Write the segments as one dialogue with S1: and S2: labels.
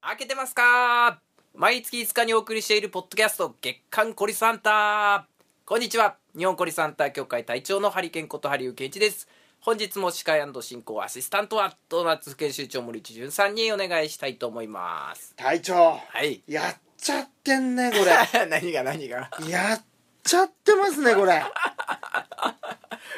S1: 開けてますか毎月5日にお送りしているポッドキャスト月刊コリサンタこんにちは日本コリサンタ協会隊長のハリケンことハリウケンイチです本日も司会進行アシスタントはドーナツ研修長森一潤さんにお願いしたいと思います
S2: 隊長
S1: はい
S2: やっちゃってんねこ
S1: 何が何が
S2: れやっちゃってますねこれ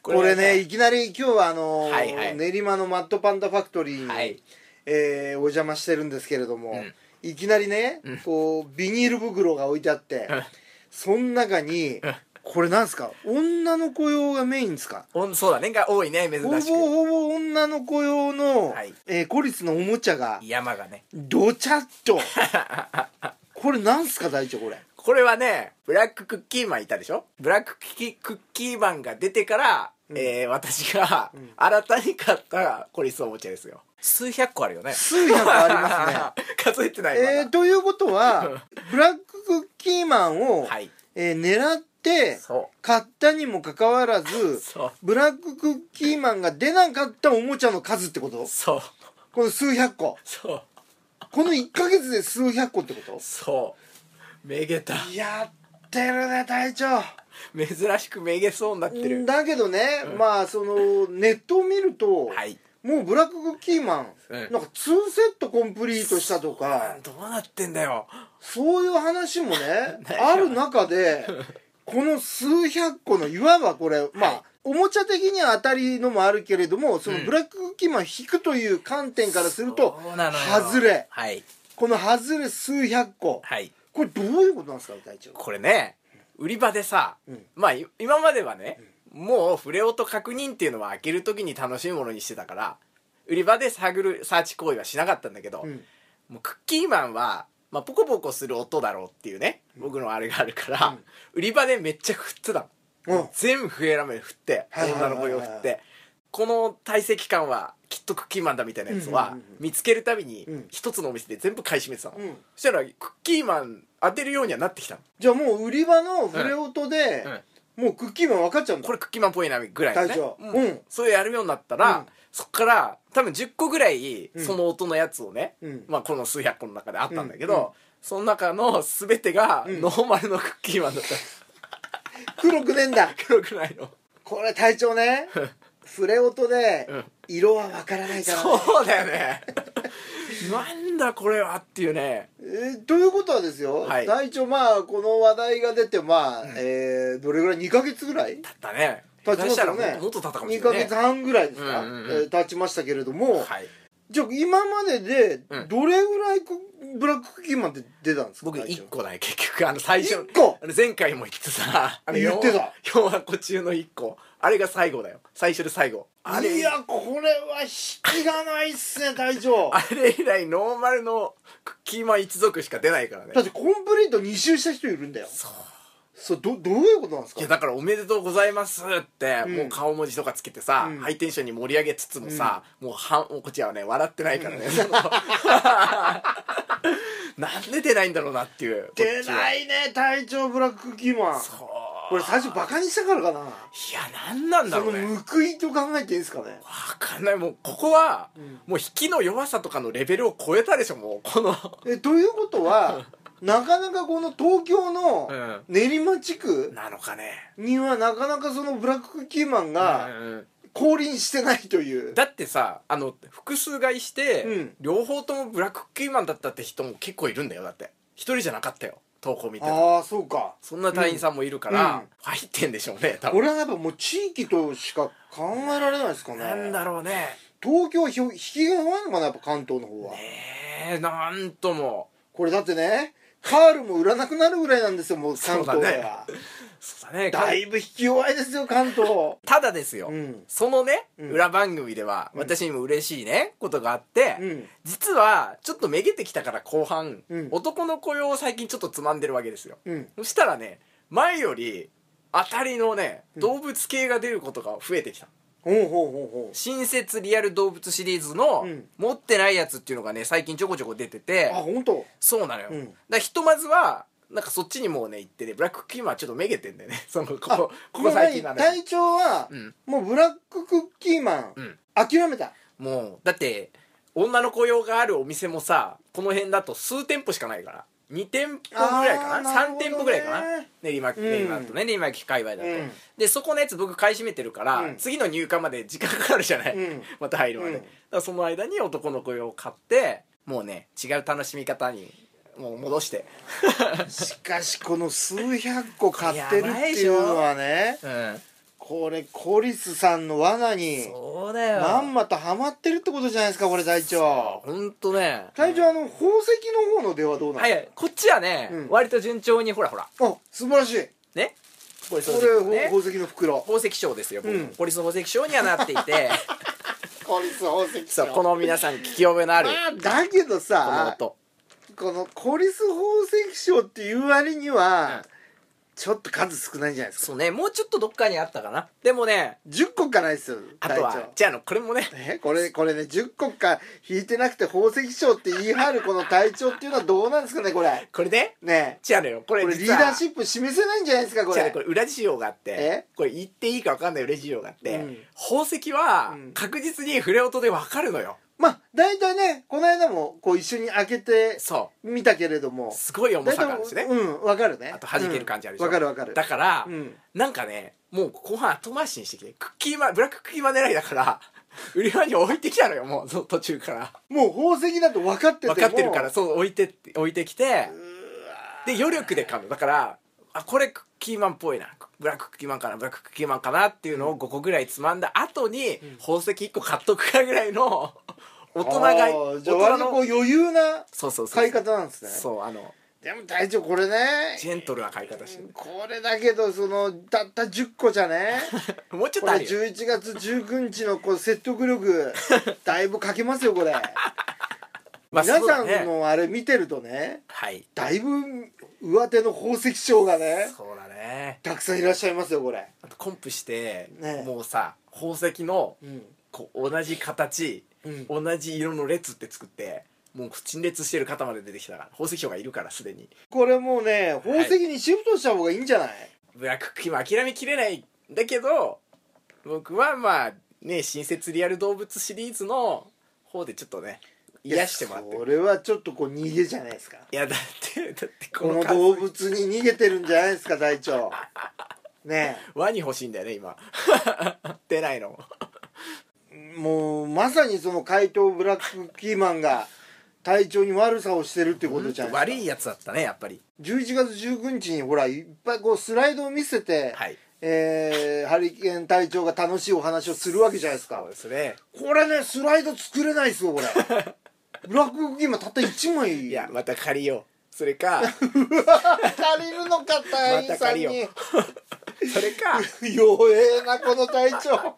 S2: これねいきなり今日はあのー
S1: はいはい
S2: 練馬のマッドパンダファクトリーに、
S1: はい
S2: えーお邪魔してるんですけれども、
S1: うん
S2: いきなりね、こうビニール袋が置いてあって、
S1: うん
S2: その中に
S1: ん
S2: これなんですか女の子用がメインですか
S1: おんそうだねが多いね珍
S2: ほぼ
S1: しく
S2: ほぼ女の子用の、
S1: はい
S2: えーコリスのおもちゃが
S1: 山がね
S2: どちゃっ とこれなんすか大長これ
S1: これはねブラッククッキーマンいたでしょブラッククッキークッキーマンが出てから、
S2: うん
S1: えー私が新たに買ったコリスおもちゃですよ数百個あるよね
S2: 数百ありますね
S1: 数えてないまだ
S2: えー、ということ はブラッククッキーマンを、
S1: はい
S2: えー狙って
S1: そ
S2: 買ったにもかかわら
S1: う
S2: ず
S1: そう
S2: ブラッククッキーマンが出なかったおもちゃの数ってこと
S1: そう
S2: この数百個
S1: そう
S2: この1ヶ月で数百個ってこ と
S1: そうめげた
S2: やってるね隊長
S1: 珍しくめげそうになってる
S2: だけどね、
S1: うん
S2: まあそのネットを見ると、
S1: はい
S2: もうブラッククッキーマン、
S1: うん
S2: なんか2セットコンプリートしたとか
S1: どうなってんだよ
S2: そういう話もね
S1: ないよ
S2: ある中でこの数百個のいわばこれまあ、
S1: はい
S2: おもちゃ的には当たりのもあるけれどもそうの
S1: ん
S2: ブラッククッキーマンを引くという観点からすると、
S1: そうなのよ
S2: 外れ
S1: はい
S2: この外れ数百個
S1: はい
S2: これどういうことなんですか隊長
S1: これね売り場でさ、
S2: うん
S1: まあい今まではね、もう触れ音確認っていうのは開ける時に楽しいものにしてたから売り場で探るサーチ行為はしなかったんだけど、
S2: うん
S1: もうクッキーマンは、まあ、ポコポコする音だろうっていうね僕のあれがあるから、
S2: うん
S1: 売り場でめっちゃ振ってたの、
S2: うん
S1: 全部笛ラメで振って
S2: はいはい
S1: 女
S2: はい
S1: の子
S2: はい
S1: 用振ってこの体積感はきっとクッキーマンだみたいなやつ
S2: うん
S1: は
S2: うんうんうん
S1: 見つけるたびに
S2: うん
S1: 一つのお店で全部買い占めてたの、
S2: うん
S1: そしたらクッキーマン当てるようにはなってきたの
S2: じゃあもう売り場の触れ音で、もうクッキーマン分かっちゃうんだ
S1: これクッキーマンっぽいなぐらいのね
S2: 大丈夫
S1: うん
S2: うん
S1: それやるようになったら、
S2: うん
S1: そっから多分10個ぐらい
S2: うん
S1: その音のやつをね、
S2: うん
S1: まあ、この数百個の中であったんだけど、
S2: うんうん
S1: その中の全てが
S2: うん
S1: ノーマルのクッキーマンだった、
S2: 黒くねえん だ
S1: 黒くないの
S2: これ隊 長ね触れ音で
S1: うん
S2: 色は分からないから、ね
S1: そうだよねなんだこれはっていうね
S2: えーということはですよ、
S1: はい
S2: 隊長まあこの話題が出てまあ、えーどれぐらい2ヶ月ぐらい
S1: だったね
S2: 経ちま
S1: し
S2: した
S1: ら
S2: たよ
S1: もっ
S2: ね
S1: ともっと経ったかもしれな
S2: 2ヶ
S1: い、ね
S2: 月、半ぐらいですか、
S1: うんうんうん
S2: えー経ちましたけれども、
S1: はい、
S2: じゃあ今までで
S1: うん
S2: どれぐらいこブラッククッキーマンって出たんですか
S1: 僕
S2: 隊長
S1: 1個だね結局あの最初
S2: 一個
S1: あの前回も言ってさあの
S2: 言ってた
S1: 4箱中の1個あれが最後だよ最初で最後あれ
S2: いやこれは引きがないっす ね隊長
S1: あれ以来ノーマルのクッキーマン一族しか出ないからね
S2: だってコンプリート2周した人いるんだよ
S1: そう
S2: そうどどういうことなんです
S1: い
S2: か
S1: やだから「おめでとうございます」って、
S2: うん
S1: もう顔文字とかつけてさ、
S2: うん
S1: ハイテンションに盛り上げつつもさ、もうはもうこっちはね笑ってないからね、 なんで出ないんだろうなっていう
S2: 出ないいね隊長ブラッククッキーマン
S1: そう
S2: これ最初バカにしたからかない
S1: や何なんだ
S2: そ
S1: ろ
S2: の
S1: うね
S2: 報いと考えていいんですかね
S1: わかんないもうここは、
S2: ん
S1: もう引きの弱さとかのレベルを超えたでしょもうこの
S2: えということ はなかなかこの東京の
S1: うん
S2: 練馬地区
S1: なのかね
S2: にはなかなかそのブラッククッキーマン
S1: う
S2: が
S1: んうん
S2: 降臨してないという
S1: だってさあの複数買いして、
S2: うん
S1: 両方ともブラックキーマンだったって人も結構いるんだよだって一人じゃなかったよ投稿見てたら
S2: ああそうか
S1: そんな隊員さんもいるから、
S2: うんうん
S1: 入ってんでしょうね多分
S2: 俺はやっぱもう地域としか考えられないですかね
S1: なんだろうね
S2: 東京はひょ引きが弱いのかなやっぱ関東の方は
S1: えー、なんとも
S2: これだってねカールも売らなくなるぐらいなんですよもう関東
S1: そう
S2: で
S1: だね
S2: は
S1: そうだね
S2: だいぶ引き弱いですよ関東
S1: ただですよ、
S2: うん
S1: そのね、
S2: うん
S1: 裏番組では私にも嬉しいねことがあって、
S2: うん
S1: 実はちょっとめげてきたから後半、
S2: うん
S1: 男の子用を最近ちょっとつまんでるわけですよ
S2: うん
S1: そしたらね前より当たりのね動物系が出ることが増えてきた、
S2: ほうほうほうほう
S1: 新設リアル動物シリーズの、
S2: うん
S1: 持ってないやつっていうのがね最近ちょこちょこ出てて
S2: あ本当。
S1: そうなのよ、
S2: うん
S1: だからひとまずはなんかそっちにもうね行ってねブラックキーマンはちょっとめげてんだよね そのこ
S2: あ
S1: ここ
S2: も
S1: こ
S2: う
S1: 最近なん
S2: 何隊長は、
S1: うん
S2: もうブラッククッキーマン、
S1: うん
S2: 諦めた
S1: もうだって女の雇用があるお店もさこの辺だと数店舗しかないから2店舗ぐらいかな
S2: あーな
S1: 3
S2: るほどね
S1: 店舗ぐらいかな練馬区
S2: うん
S1: 練馬区とね練馬駅界隈だと、
S2: うん
S1: でそこのやつ僕買い占めてるから、
S2: うん
S1: 次の入荷まで時間かかるじゃない、
S2: うん
S1: また入るまで、
S2: うん
S1: だからその間に男の子用を買ってもうね違う楽しみ方にもう戻して
S2: しかしこの数百個買ってるっていうのはね
S1: うん
S2: これコリスさんの罠に
S1: そうだよ
S2: まんまとハマってるってことじゃないですかこれ隊長
S1: ほんとね
S2: 隊長あの宝石の方の出はどうなの、
S1: はいはいこっちはね、
S2: うん
S1: 割と順調にほらほら
S2: あ素晴らしい
S1: ねこれ
S2: こ
S1: そう
S2: れ
S1: ですよ
S2: ほ
S1: ね
S2: 宝石の袋
S1: 宝石賞ですよ、僕
S2: うん
S1: ポリス宝石賞にはなっていて
S2: コリス宝石
S1: そうこの皆さん聞き覚え のある
S2: あーだけど
S1: この
S2: さ
S1: 音
S2: このコリス宝石賞っていう割には、ちょっと数少ないんじゃないですか
S1: そうねもうちょっとどっかにあったかなでもね
S2: 10個からですよ
S1: あ
S2: 隊
S1: と
S2: 長
S1: はじゃああのこれもね
S2: えこれこれね10個か引いてなくて宝石賞って言い張るこ の隊長っていうのはどうなんですかねこれ
S1: これね
S2: ね
S1: 違うのよこ
S2: え
S1: れ
S2: これリー
S1: 実は
S2: ダーシップ示せないんじゃないですかこ
S1: 違う
S2: れ
S1: のこれ裏事情があって
S2: え
S1: これ言っていいか分かんない裏事情があって、
S2: うん
S1: 宝石は
S2: うん
S1: 確実に触れ音で分かるのよ、
S2: まあ大体ねこの間もこう一緒に開けて
S1: そ
S2: 見たけれど
S1: う
S2: も
S1: すごい重
S2: 大
S1: さ
S2: 体
S1: があるしね
S2: うんわかるね
S1: あと弾ける感じあるでしょ
S2: わ、かるわかる
S1: だから、
S2: うん
S1: なんかねもう後半後回しにしてきてクッキーマンブラッククッキーマン狙いだから 売り場に置いてきたのよもうその途中から
S2: もう宝石だと分かってても
S1: 分かってるからそう置いてって置いてきてで余力で買うのだからあこれクッキーマンっぽいなブラッククッキーマンかなブラッククッキーマンかなっていうのを5個ぐらいつまんだ後に宝石1個買っとくかぐらい の大人が
S2: あ
S1: 大
S2: ーじゃあ割
S1: 人
S2: とこう
S1: の
S2: 余裕な
S1: そうそうそう
S2: 買い方なんですね
S1: そうあの
S2: でも隊長これね
S1: ジェントルな買い方してる
S2: これだけどそのたった10個じゃね
S1: も うちょっ
S2: こ
S1: あ
S2: とれ
S1: るよ
S2: 11月19日のこう説 得力だいぶかけますよこれ、
S1: まあ
S2: 皆
S1: そう
S2: さ
S1: だ
S2: ん
S1: ね
S2: のあれ見てるとね
S1: はい
S2: だいぶ上手の宝石商がね
S1: そうだね
S2: たくさんいらっしゃいますよこれ、
S1: あとコンプして
S2: ね
S1: もうさ宝石の
S2: うん、
S1: こう同じ形、
S2: うん
S1: 同じ色の列って作ってもう陳列してる方まで出てきたから宝石商がいるからすでに
S2: これもうね宝石にシフトした方がいいんじゃない、
S1: ブラッククッキーも諦めきれないんだけど僕はまあね新設リアル動物シリーズの方でちょっとね
S2: いや
S1: 癒してもらって
S2: それはちょっとこう逃げじゃないですか
S1: いやだって だってこ
S2: こ
S1: の
S2: の
S1: 数
S2: 動物に逃げてるんじゃないですか隊長ね
S1: ワニ欲しいんだよね今 出ないの
S2: えもうまさにその怪盗ブラックキーマンが隊長に悪さをしてるってことじゃない
S1: 悪
S2: ですか
S1: いやつだったねやっぱり
S2: 11月19日にほらいっぱいこうスライドを見せて、
S1: はい
S2: えーハリケーン隊長が楽しいお話をするわけじゃないですか
S1: そうですね
S2: これねスライド作れないで すよこれブラックキーマンたった1枚
S1: いやまた借りようそれ か
S2: 借りるのか隊員さんに、
S1: それか
S2: 弱えなこの隊長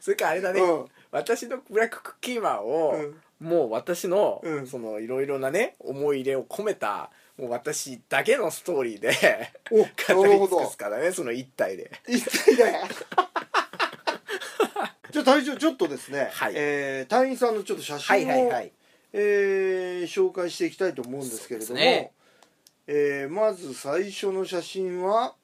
S1: それかあれだね、
S2: うん
S1: 私のブラッククッキーマンを、
S2: うん
S1: もう私の、
S2: うん
S1: そのいろいろなね思い入れを込めたもう私だけのストーリーで
S2: お
S1: 語
S2: な
S1: り尽
S2: るほ
S1: く
S2: ど
S1: すからねその一体で
S2: 一 体だよじゃあ隊長ちょっとですね、
S1: はい
S2: えー隊員さんのちょっと写真を、えー紹介していきたいと思うんですけれど
S1: そう
S2: も、
S1: ですね
S2: えーまず最初の写真は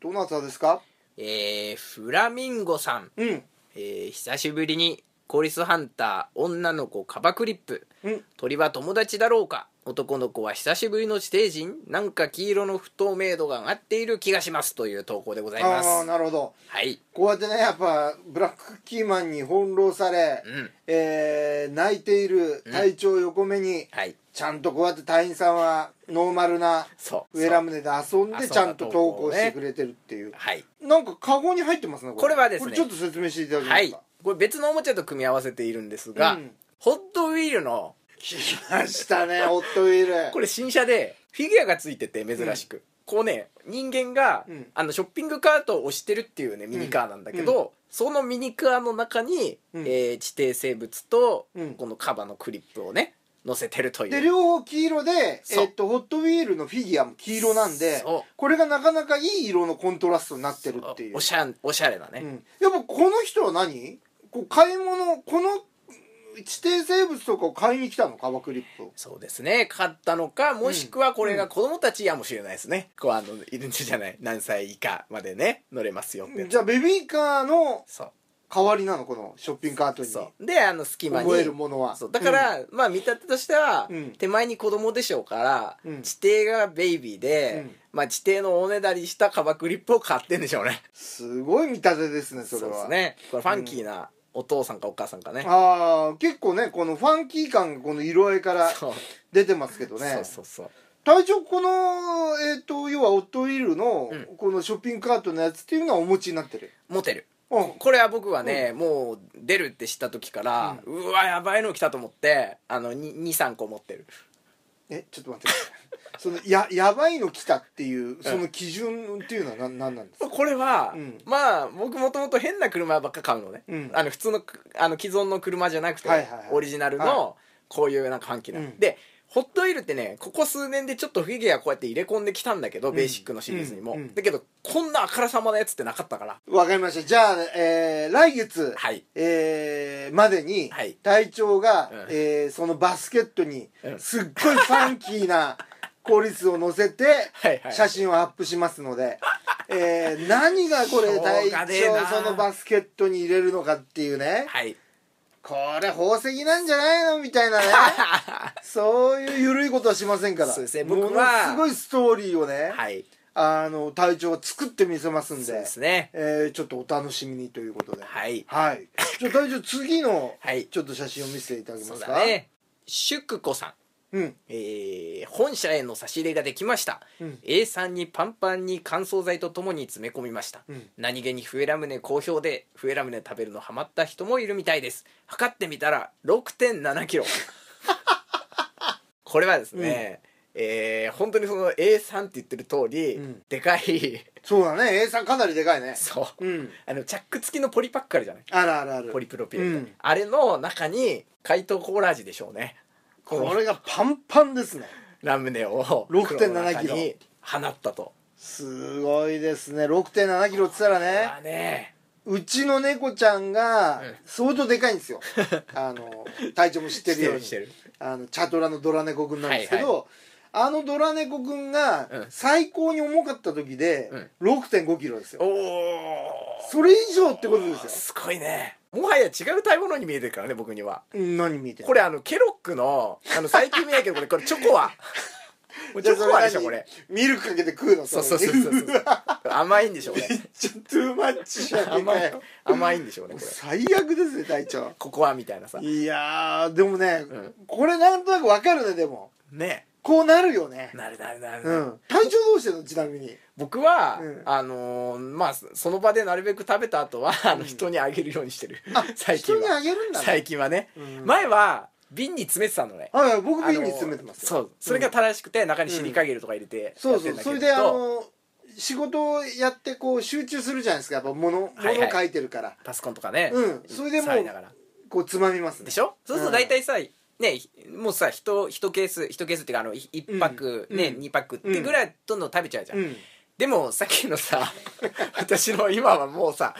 S2: どなたですか
S1: えーフラミンゴさん、
S2: うん
S1: えー久しぶりにコリスハンター女の子カバクリップ
S2: うん
S1: 鳥は友達だろうか男の子は久しぶりの地底人なんか黄色の不透明度が上がっている気がしますという投稿でございま
S2: ああ
S1: す
S2: なるほど
S1: はい
S2: こうやってねやっぱブラックキーマンに翻弄され、
S1: うん
S2: えー泣いている隊長を横目に、
S1: はい
S2: ちゃんとこうやって隊員さんはノーマルな
S1: そう
S2: ウェラムネで遊ん
S1: そう
S2: でちゃんと投
S1: 遊んだ投稿
S2: 稿
S1: ね
S2: してくれてるっていう、
S1: はい
S2: なんかカゴに入ってますね
S1: これはですね
S2: これちょっと説明していただけま
S1: は
S2: す
S1: い
S2: か、
S1: これ別のおもちゃと組み合わせているんですが、
S2: うん
S1: ホットウィールの
S2: 来ましたね ホットウィール
S1: これ新車でフィギュアがついてて珍しく、こうね人間が、
S2: うん
S1: あのショッピングカートを押してるっていうねミニカーなんだけど、そのミニカーの中に、
S2: うん
S1: えー地底生物と、
S2: うん
S1: このカバのクリップをね載せてるという
S2: で両方黄色で、
S1: そう
S2: えっとホットウィールのフィギュアも黄色なんで
S1: そう
S2: これがなかなかいい色のコントラストになってるっていう
S1: おしゃおしゃれなね、
S2: うん、やっぱこの人は何こう買い物このうん地底生物とかを買いに来たのカバクリップを
S1: そうですね買ったのかもしくはこれが子供たちやもしれないですね、こうあのいるんじゃない何歳以下までね乗れますよってやつ
S2: じゃあベビーカーの
S1: そう
S2: 代わりなのこのショッピングカートに
S1: そうであの隙間に
S2: 覚えるものは
S1: そうだから、まあ見立てとしては、
S2: うん
S1: 手前に子供でしょうから、
S2: うん
S1: 地底がベイビーで、
S2: うん
S1: まあ地底のおねだりしたカバクリップを買ってんでしょうね
S2: すごい見立てですねそ
S1: そう
S2: れは
S1: ですねこれファンキーなお父さんかお母さんかね、
S2: ああ結構ねこのファンキー感がこの色合いから
S1: そう
S2: 出てますけどね
S1: そうそうそう
S2: 隊長このえっ、と要はオットウィルの
S1: うん
S2: このショッピングカートのやつっていうのはお持ちになってる
S1: モテる
S2: うん
S1: これは僕はね、もう出るって知った時から、うわやばいの来たと思ってあの23個持ってる
S2: えちょっと待ってくださいそのややばいの来たっていうその基準っていうのは何なんなんですか
S1: これは、
S2: うん
S1: まあ僕もともと変な車ばっか買うのね、
S2: うん
S1: あの普通のあの既存の車じゃなくて、
S2: はいはいはい
S1: オリジナル
S2: は
S1: のこういうなんかファンキーな、
S2: うん
S1: でホットウィールってねここ数年でちょっとフィギュアこうやって入れ込んできたんだけど、
S2: ん
S1: ベーシックのシリーズにも、
S2: うんうん
S1: だけどこんなあからさまなやつってなかったから
S2: わかりましたじゃあ、えー来月、
S1: はい
S2: えーまでに
S1: はい
S2: 隊長が、
S1: うん
S2: えーそのバスケットに
S1: うん
S2: すっごいファンキーな効率を載せて
S1: はいはい
S2: 写真をアップしますので、えー何がこ
S1: しょ
S2: れ
S1: う
S2: 隊
S1: がねえな
S2: 長そのバスケットに入れるのかっていうね
S1: はい
S2: これ宝石なんじゃないのみたいなねそういう緩いことはしませんから
S1: そうですね
S2: も
S1: 僕
S2: の
S1: は
S2: すごいストーリーをね、
S1: はい
S2: あの隊長が作ってみせますんで
S1: そうですね
S2: えーちょっとお楽しみにということでは
S1: はい
S2: はいじゃあ隊長次の
S1: はい
S2: ちょっと写真を見せていただけま
S1: そう
S2: す
S1: だ
S2: か
S1: ね祝子さん
S2: うん
S1: えー本社への差し入れができました、
S2: うん
S1: A さんにパンパンに乾燥剤とともに詰め込みました、
S2: うん
S1: 何気にフエラムネ好評でフエラムネ食べるのハマった人もいるみたいです測ってみたら6 7キロ これはですね、えー本当にその A さんって言ってる通り、
S2: うん
S1: でかい
S2: そうだね A さんかなりでかいね
S1: そうう、
S2: ん
S1: あのチャック付きのポリパックあるじゃない
S2: あるあるある
S1: ポリプロピレン、
S2: うん
S1: あれの中に解凍コーラ味でしょうねこの
S2: これがパンパンですね
S1: ラムネを
S2: 6.7
S1: 袋の中に放ったと
S2: すごいですね6 7キロっつったらね
S1: あね
S2: うちの猫ちゃんが
S1: うん
S2: 相当でかいんで すよあの隊長も知ってるように
S1: してる知って
S2: あのチャトラのドラ猫くんなんですけど、
S1: はい
S2: あのドラ猫くんが
S1: うん
S2: 最高に重かった時で6 5キロですよ、
S1: おお
S2: それ以上ってことですよ
S1: すごいねもはや違う食べ物に見えてるからね僕には
S2: うん何見てんの
S1: これあのケロックのあの最近見ないけどこれこれチョコはもうチョコはでしょこれ
S2: ミルクかけて食うの
S1: そうそうそうそうそう
S2: れ
S1: 甘いんでしょうね
S2: ちょっとマッチじゃねえ
S1: 甘
S2: か
S1: い
S2: よ
S1: 甘いんでしょうねこれ
S2: 最悪ですね隊長
S1: ココアみたいなさ
S2: いやーでもね、
S1: ん
S2: これなんとなくわかるねでも
S1: ね
S2: こうなるよね
S1: なるなるなる、
S2: うん体調どうしてんのちなみに
S1: 僕は、
S2: うん
S1: あのーまあその場でなるべく食べた後はあの人にあげるようにしてる、最近
S2: 人
S1: は
S2: にあげるんだね
S1: 最近はね、
S2: うん
S1: 前は瓶に詰めてたのね
S2: はいはい僕瓶に詰めてます
S1: あ
S2: よ
S1: のそうそれが正しくて中にシリカゲルとか入れて
S2: そう
S1: やって
S2: そ
S1: ん
S2: う
S1: だ
S2: そ
S1: け
S2: れ
S1: ど
S2: であの仕事をやってこう集中するじゃないですかやっぱ物物を
S1: はいはい
S2: 書いてるから、
S1: パソコンとかね
S2: うんそれでもう
S1: 触りながら
S2: こうつまみますね
S1: でしょそうすると大体さ、ねもうさ一一ケース一ケースっていうかあのい一泊、
S2: うん
S1: ね
S2: うん
S1: 二泊ってぐらいどんどん食べちゃうじゃん、
S2: うん
S1: でもさっきのさ 私の今はもうさ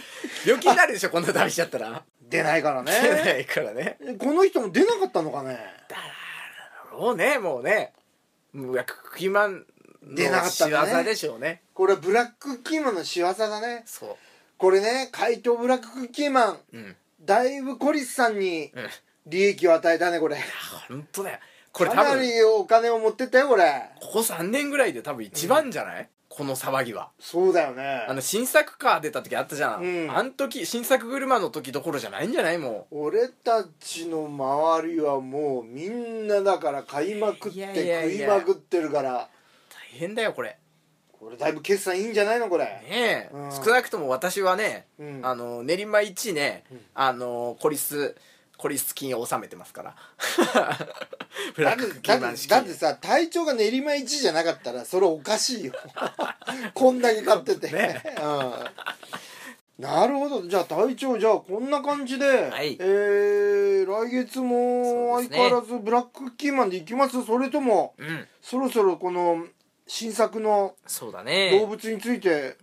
S1: 病気になるで しょこんな食べちゃったら
S2: 出ないからね
S1: 出ないからね
S2: この人も出なかったのかね
S1: もうねもうねもうやクッキーマン
S2: 出な
S1: の
S2: かった
S1: 仕
S2: んだね
S1: 業でしょうね
S2: これはブラックキーマンの仕業だね
S1: そ
S2: これね怪盗ブラックキーマン
S1: ううん
S2: だいぶコリスさんに
S1: うん
S2: 利益を与えたねこれ
S1: 本当だよこれ
S2: か
S1: 多
S2: な
S1: 分
S2: りお金を持ってったよこれ
S1: ここ3年ぐらいで多分一番じゃない、この騒ぎは
S2: そうだよね
S1: あの新作カー出た時あったじゃん、
S2: うん
S1: あん時新作車の時どころじゃないんじゃないも
S2: 俺たちの周りはもうみんなだから買いまくって
S1: いやいやい
S2: 食い
S1: や
S2: まくってるから
S1: う大変だよこれ
S2: これだいぶ決算いいんじゃないのこれ
S1: ねえ、
S2: うん
S1: 少なくとも私はね、
S2: うん
S1: あの練馬1ね、
S2: ん
S1: あのコリスコリス金を納めてますから ブラ
S2: だっ
S1: ック
S2: て
S1: キー
S2: だ
S1: マ
S2: っ
S1: ン
S2: て
S1: 式
S2: だってさ体調が練馬一じゃなかったらそれおかしいよ こんだけ買ってて、
S1: ね
S2: うんなるほどじゃあ隊長じゃあこんな感じで、
S1: い
S2: えー、来月
S1: そ
S2: も
S1: うで
S2: 相
S1: すね
S2: 変わらずブラックキーマンでいきますそれとも
S1: うん
S2: そろそろこの新作の
S1: そうだ
S2: 動
S1: ね
S2: 物について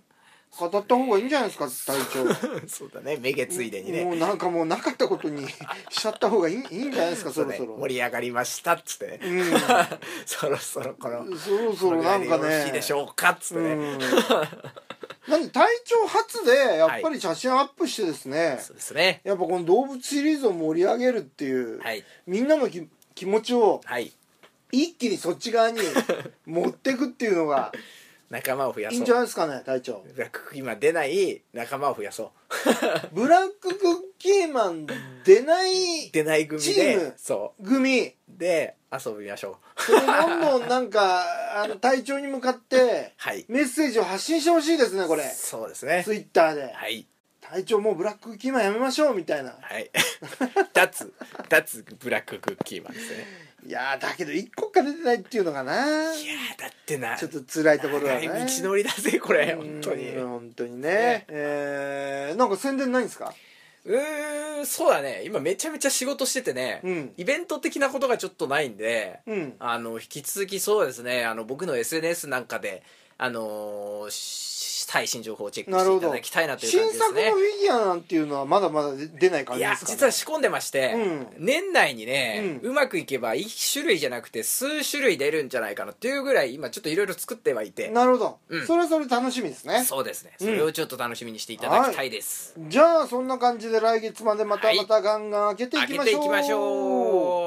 S2: 語った方がいいんじゃないですか隊長
S1: そうだねめげついでに
S2: も
S1: ね
S2: うなんかもうなかったことにしちゃった方がいいいいんじゃないですかそ
S1: そう
S2: ろ
S1: ね
S2: そろ、
S1: 盛り上がりましたっつってね、
S2: う
S1: そろそろこの
S2: ん、そろそろなんか
S1: このぐらいでよろしい
S2: ね
S1: でしょうかっつってね、
S2: うんなんで隊長初でやっぱり写真アップしてですね、
S1: そうですね
S2: やっぱこの動物シリーズを盛り上げるっていう、
S1: はい
S2: みんなのき気持ちを
S1: はい
S2: 一気にそっち 側に持ってくっていうのが
S1: 仲間を増や
S2: いい
S1: そ
S2: ん
S1: う
S2: じゃないですかね隊長
S1: ブラッククッキーマン出ない仲間を増やそう
S2: ブラッククッキーマン出ない
S1: 出ない組
S2: チー
S1: で
S2: ム
S1: そ
S2: 組
S1: うで遊びましょう
S2: それどんどんな んかあの隊長に向かって
S1: はい
S2: メッセージを発信してほしいですねこれ
S1: そうですね
S2: ツイッターで
S1: はい
S2: 隊長もうブラッククッキーマンやめましょうみたいな
S1: はい 脱脱ブラッククッキーマンですね
S2: いやーだけど一個か出てないっていうのがない
S1: やーだってな
S2: ちょっと辛いところだ
S1: 長
S2: ね
S1: い道のりだぜこれ本当に
S2: うん本当にね
S1: ね
S2: えー、なんか宣伝ないんですか
S1: うーんそうだね今めちゃめちゃ仕事しててね、
S2: うん
S1: イベント的なことがちょっとないんで、
S2: うん
S1: あの引き続きそうですねあの僕の SNS なんかであのーし最新情報をチェック
S2: な
S1: し
S2: る
S1: て
S2: ほ
S1: いた
S2: ど
S1: だきたいなという
S2: 新
S1: 感じです
S2: 作のフ
S1: ね
S2: ィギュアなんていうのはまだまだ出ない感
S1: い
S2: じで
S1: や
S2: すか、ね、
S1: 実は仕込んでまして、
S2: う
S1: 年内にね、
S2: う
S1: うまくいけば1種類じゃなくて数種類出るんじゃないかなっていうぐらい今ちょっといろいろ作ってはいて
S2: なるほど、
S1: うん
S2: それはそれ楽しみですね
S1: そうですね
S2: う
S1: そ
S2: ん
S1: れをちょっと楽しみにしていただきたいです、
S2: じゃあそんな感じで来月までまた
S1: はい
S2: またガンガン開けてい
S1: 開
S2: き
S1: け
S2: ま
S1: て
S2: し
S1: い
S2: ょう、
S1: きましょう